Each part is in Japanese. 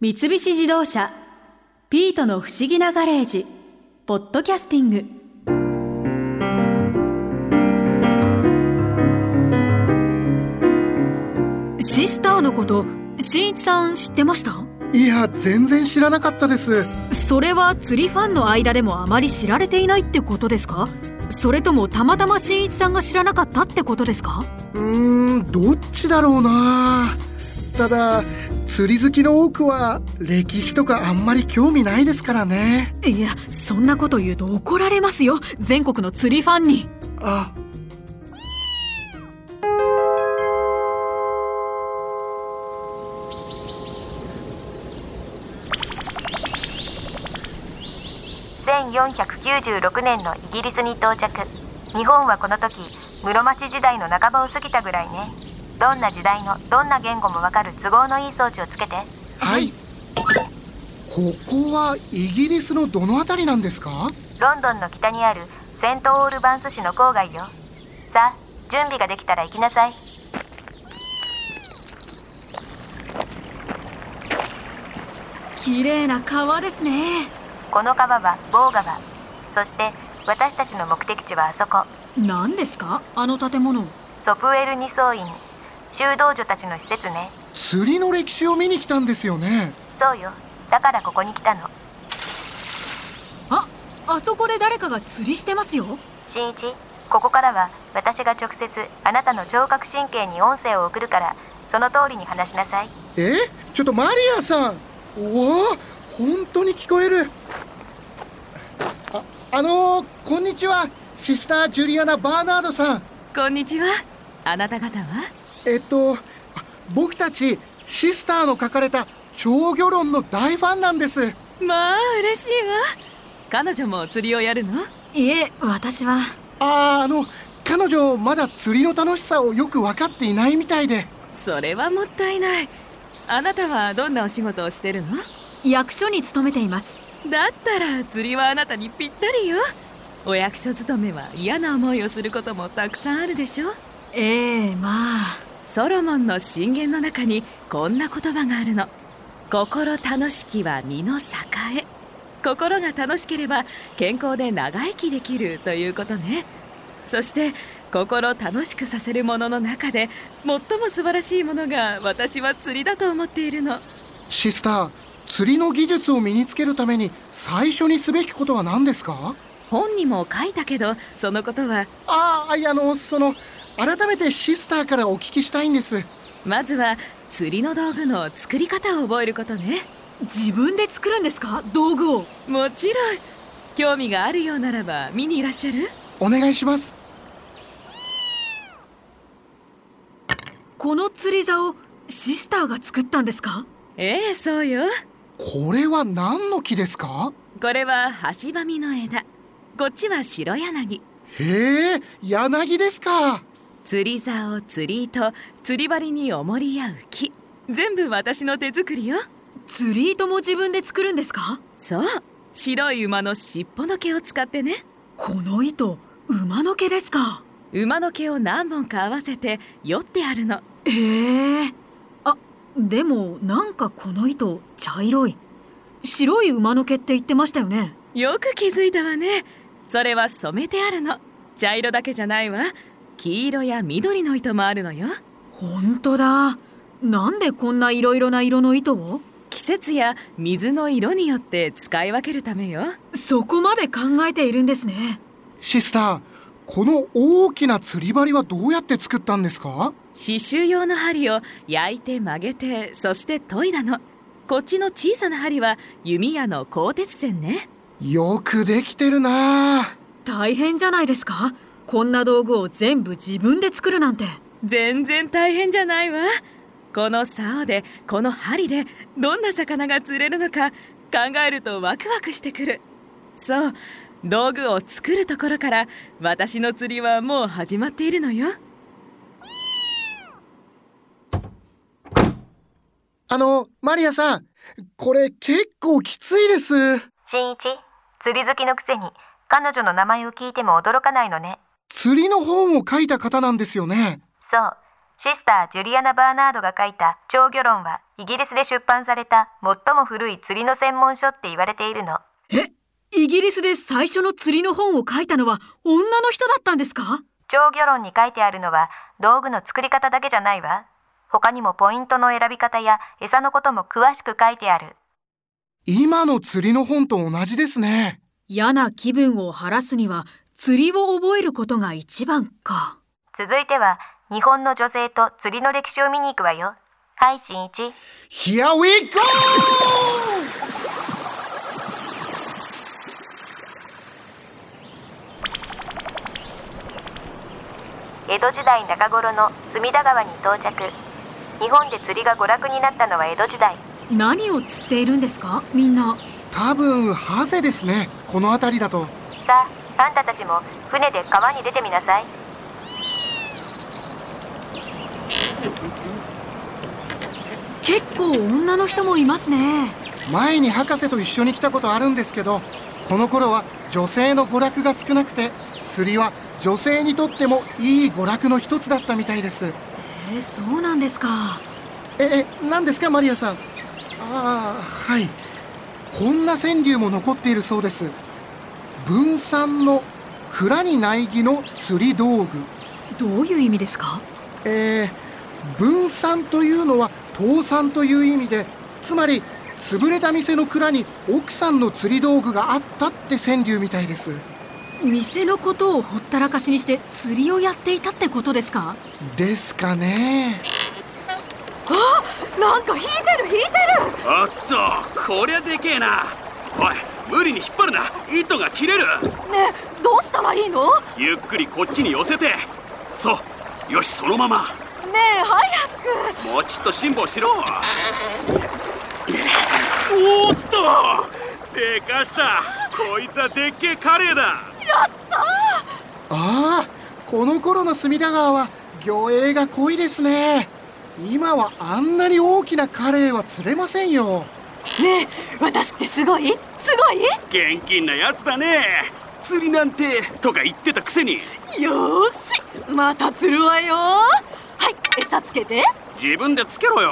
三菱自動車「ピートの不思議なガレージ」「ポッドキャスティング」シスターのこと新一さん知ってましたいや全然知らなかったですそれは釣りファンの間でもあまり知られていないってことですかそれともたまたま新一さんが知らなかったってことですかうーんどっちだろうなただ釣り好きの多くは歴史とかあんまり興味ないですからねいやそんなこと言うと怒られますよ全国の釣りファンにあ1496年のイギリスに到着日本はこの時室町時代の半ばを過ぎたぐらいねどんな時代のどんな言語もわかる都合のいい装置をつけてはいここはイギリスのどの辺りなんですかロンドンの北にあるセントオールバンス市の郊外よさあ準備ができたら行きなさい綺麗な川ですねこの川はボー川そして私たちの目的地はあそこ何ですかあの建物ソプエルニ僧院修道女たちの施設ね釣りの歴史を見に来たんですよねそうよだからここに来たのああそこで誰かが釣りしてますよ新一ここからは私が直接あなたの聴覚神経に音声を送るからその通りに話しなさいえちょっとマリアさんおお本当に聞こえるああのーこんにちはシスタージュリアナ・バーナードさんこんにちはあなた方はえっとあ僕たちシスターの書かれた超魚論の大ファンなんですまあ嬉しいわ彼女も釣りをやるのいえ私はあーあの彼女まだ釣りの楽しさをよく分かっていないみたいでそれはもったいないあなたはどんなお仕事をしてるの役所に勤めていますだったら釣りはあなたにぴったりよお役所勤めは嫌な思いをすることもたくさんあるでしょええまあソロモンの箴言の中にこんな言葉があるの心楽しきは身の栄え心が楽しければ健康で長生きできるということねそして心を楽しくさせるものの中で最も素晴らしいものが私は釣りだと思っているのシスター釣りの技術を身につけるために最初にすべきことは何ですか本にも書いたけどそのことはああいやあのその改めてシスターからお聞きしたいんですまずは釣りの道具の作り方を覚えることね自分で作るんですか道具をもちろん興味があるようならば見にいらっしゃるお願いしますこの釣り竿シスターが作ったんですかええそうよこれは何の木ですかこれは橋ばみの枝こっちは白柳へえ柳ですか釣り竿釣り糸釣り針に重りや浮き全部私の手作りよ釣り糸も自分で作るんですかそう白い馬の尻尾の毛を使ってねこの糸馬の毛ですか馬の毛を何本か合わせて酔ってあるのへえあでもなんかこの糸茶色い白い馬の毛って言ってましたよねよく気づいたわねそれは染めてあるの茶色だけじゃないわ黄色や緑の糸もあるのよ本当だなんでこんないろいろな色の糸を季節や水の色によって使い分けるためよそこまで考えているんですねシスターこの大きな釣り針はどうやって作ったんですか刺繍用の針を焼いて曲げてそして研いだのこっちの小さな針は弓矢の鋼鉄線ねよくできてるなあ大変じゃないですかこんな道具を全部自分で作るなんて全然大変じゃないわこの竿でこの針でどんな魚が釣れるのか考えるとワクワクしてくるそう道具を作るところから私の釣りはもう始まっているのよあのマリアさんこれ結構きついです新一釣り好きのくせに彼女の名前を聞いても驚かないのね釣りの本を書いた方なんですよねそうシスタージュリアナ・バーナードが書いた「長魚論」はイギリスで出版された最も古い釣りの専門書って言われているのイギリスで最初の釣りの本を書いたのは女の人だったんですか長魚論に書いてあるのは道具の作り方だけじゃないわ他にもポイントの選び方や餌のことも詳しく書いてある今の釣りの本と同じですね。嫌な気分を晴らすには釣りを覚えることが一番か。続いては日本の女性と釣りの歴史を見に行くわよ配信1 Here we go! 江戸時代中頃の隅田川に到着日本で釣りが娯楽になったのは江戸時代何を釣っているんですかみんな。多分、ハゼですね。この辺りだと。さああんたたちも船で川に出てみなさい結構女の人もいますね。前に博士と一緒に来たことあるんですけど、この頃は女性の娯楽が少なくて、釣りは女性にとってもいい娯楽の一つだったみたいです。えー、そうなんですか。え、え、何ですか、マリアさん。ああ、はい。こんな川柳も残っているそうです。分散の蔵に苗木の釣り道具。どういう意味ですかえー分散というのは倒産という意味でつまり潰れた店の蔵に奥さんの釣り道具があったって川柳みたいです店のことをほったらかしにして釣りをやっていたってことですかですかねなんか引いてる引いてるおっとこりゃでけえなおい無理に引っ張るな糸が切れるねえどうしたらいいのねゆっくりこっちに寄せてそうよしそのままえ早くもうちっと辛抱しろおっとでかしたこいつはでっけえカレーだああこの頃の隅田川は魚影が濃いですね今はあんなに大きなカレイは釣れませんよねえ私ってすごいすごい現金なやつだね釣りなんてとか言ってたくせによーしまた釣るわよはい餌つけて自分でつけろよ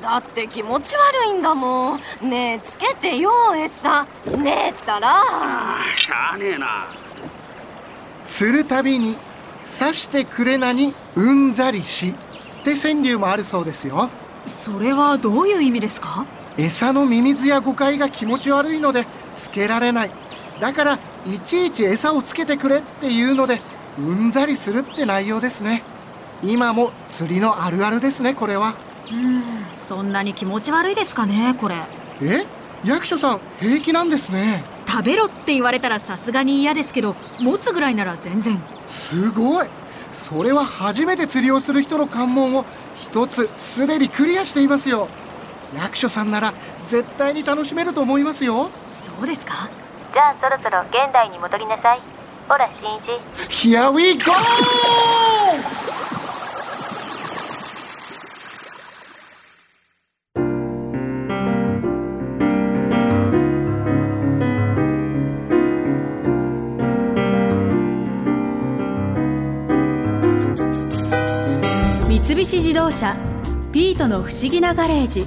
だって気持ち悪いんだもんねえつけてよ餌ねえったらあーしゃあねえな釣るたびに「刺してくれなにうんざりし」って川柳もあるそうですよそれはどういう意味ですか餌のミミズや誤解が気持ち悪いのでつけられないだからいちいち餌をつけてくれっていうのでうんざりするって内容ですね今も釣りのあるあるですねこれはうんそんなに気持ち悪いですかねこれえ役所さん平気なんですね食べろって言われたらさすがに嫌ですけど持つぐらいなら全然すごいそれは初めて釣りをする人の関門を一つすでにクリアしていますよ役所さんなら絶対に楽しめると思いますよそうですかじゃあそろそろ現代に戻りなさいほら新一 Here we go! 三菱自動車「ピートの不思議なガレージ」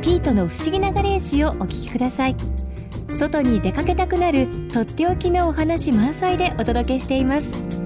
ピートの不思議なガレージをお聞きください外に出かけたくなるとっておきのお話満載でお届けしています